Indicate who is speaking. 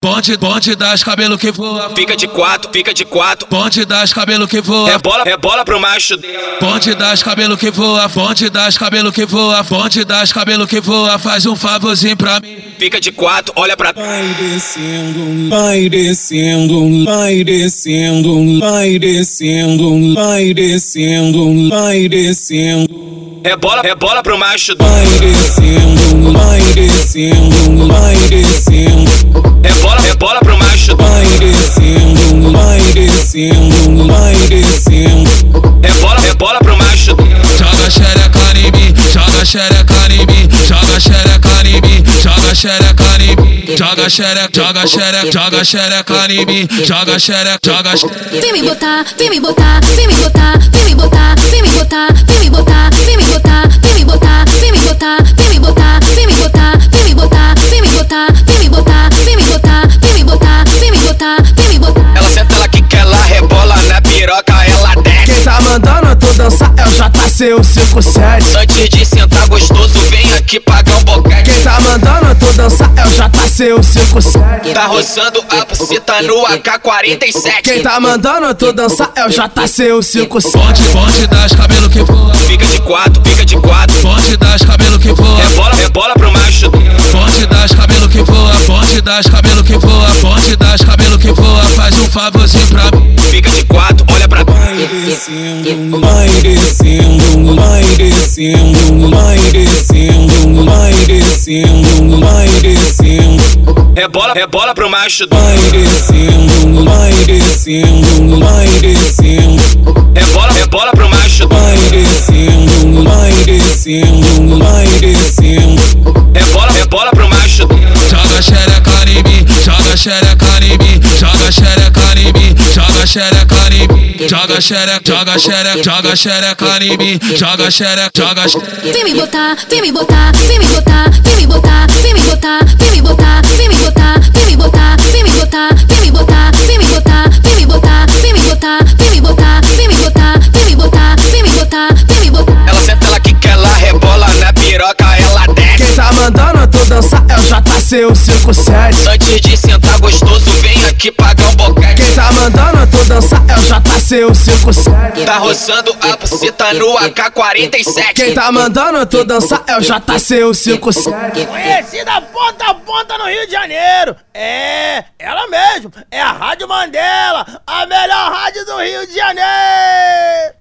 Speaker 1: Bonde, bonde das cabelo que voa.
Speaker 2: Fica de quatro, fica de quatro.
Speaker 1: Bonde das cabelo que voa.
Speaker 2: É bola, é bola pro macho dela.
Speaker 1: Bonde das cabelo que voa. Bonde das cabelo que voa. Bonde das cabelo que voa. Faz um favorzinho pra mim.
Speaker 2: Fica de quatro, olha pra.
Speaker 3: Vai descendo, vai descendo, vai descendo, vai descendo, vai descendo, vai descendo.
Speaker 2: É bola, é bola pro macho dela.
Speaker 3: Vai descendo, vai descendo, vai descendo,
Speaker 2: É bola, é bola pro macho dela.
Speaker 3: vai descendo, vai descendo, vai descendo.
Speaker 2: É bola, é bola pro macho dela.
Speaker 1: Joga xereca em mim. Joga xereca em mim. Joga xereca em mim. Joga xereca em mim. Joga xereca, joga xereca, joga xereca em mim. Joga xereca, joga xereca.
Speaker 4: Vem me botar, vem me botar, vem me botar, vem me botar, vem me botar, vem me botar, vem me botar, vem me botar, vem me botar, vem me botar, vem me botar, vem me botar, vem me botar, vem me botar, vem me botar, vem me botar, vem me botar, vem me botar.
Speaker 2: Ela senta, ela quica, ela rebola na piroca, ela desce.
Speaker 5: Quem tá mandando tu dançar é o JC, o 57.
Speaker 2: Antes de sentar gostoso, vem aqui pagar um boquete.
Speaker 5: Quem tá mandando tu dançar é o JC, o 57.
Speaker 2: Tá roçando a buceta no
Speaker 5: Quem
Speaker 2: AK-47.
Speaker 5: tá mandando tu dançar é o JC, o 57.
Speaker 1: Bonde, bonde das cabelo que voa.
Speaker 2: Fica de quatro, fica de quatro.
Speaker 1: Bonde das cabelo que voa.
Speaker 2: É bola, é bola pro macho dela.
Speaker 1: Ponte das cabelo que voa, ponte das cabelo que voa, ponte das cabelo que voa, faz um favorzinho pra mim.
Speaker 2: Fica de quatro, olha pra.
Speaker 3: Vai descendo, vai descendo, vai descendo, vai descendo, vai descendo, vai descendo.
Speaker 2: É bola, é bola pro macho dela.
Speaker 3: Vai descendo, vai descendo, vai descendo,
Speaker 2: É bola, é bola pro macho dela.
Speaker 3: vai descendo, vai descendo, vai descendo.
Speaker 2: É bola, é bola pro macho dela.
Speaker 1: Joga xereca em mim, joga xereca em mim, joga xereca em mim, joga xereca em mim, joga xereca, joga xereca, joga xereca em mim, joga xereca, joga xereca.
Speaker 4: Vem me botar, vem me botar, vem me botar, vem me botar, vem me botar, vem me botar, vem me botar, vem me botar, vem me botar, vem me botar, vem me botar, vem me botar, vem me botar, vem me botar, vem me botar, vem me botar, vem me botar, vem me botar.
Speaker 2: Ela senta, ela quica, ela rebola na piroca, ela
Speaker 5: Quem
Speaker 2: desce.
Speaker 5: tá mandando tu dançar é o JC, o 57.
Speaker 2: Antes de sentar gostoso, vem aqui pagar um boquete.
Speaker 5: Quem tá mandando tu dançar é o JC, o 57.
Speaker 2: Tá roçando a buceta no
Speaker 5: Quem
Speaker 2: AK-47.
Speaker 5: tá mandando tu dançar é o JC, o 57.
Speaker 6: Conhecida ponta a ponta no Rio de Janeiro. É, ela mesmo. É a Rádio Mandela, a melhor rádio do Rio de Janeiro.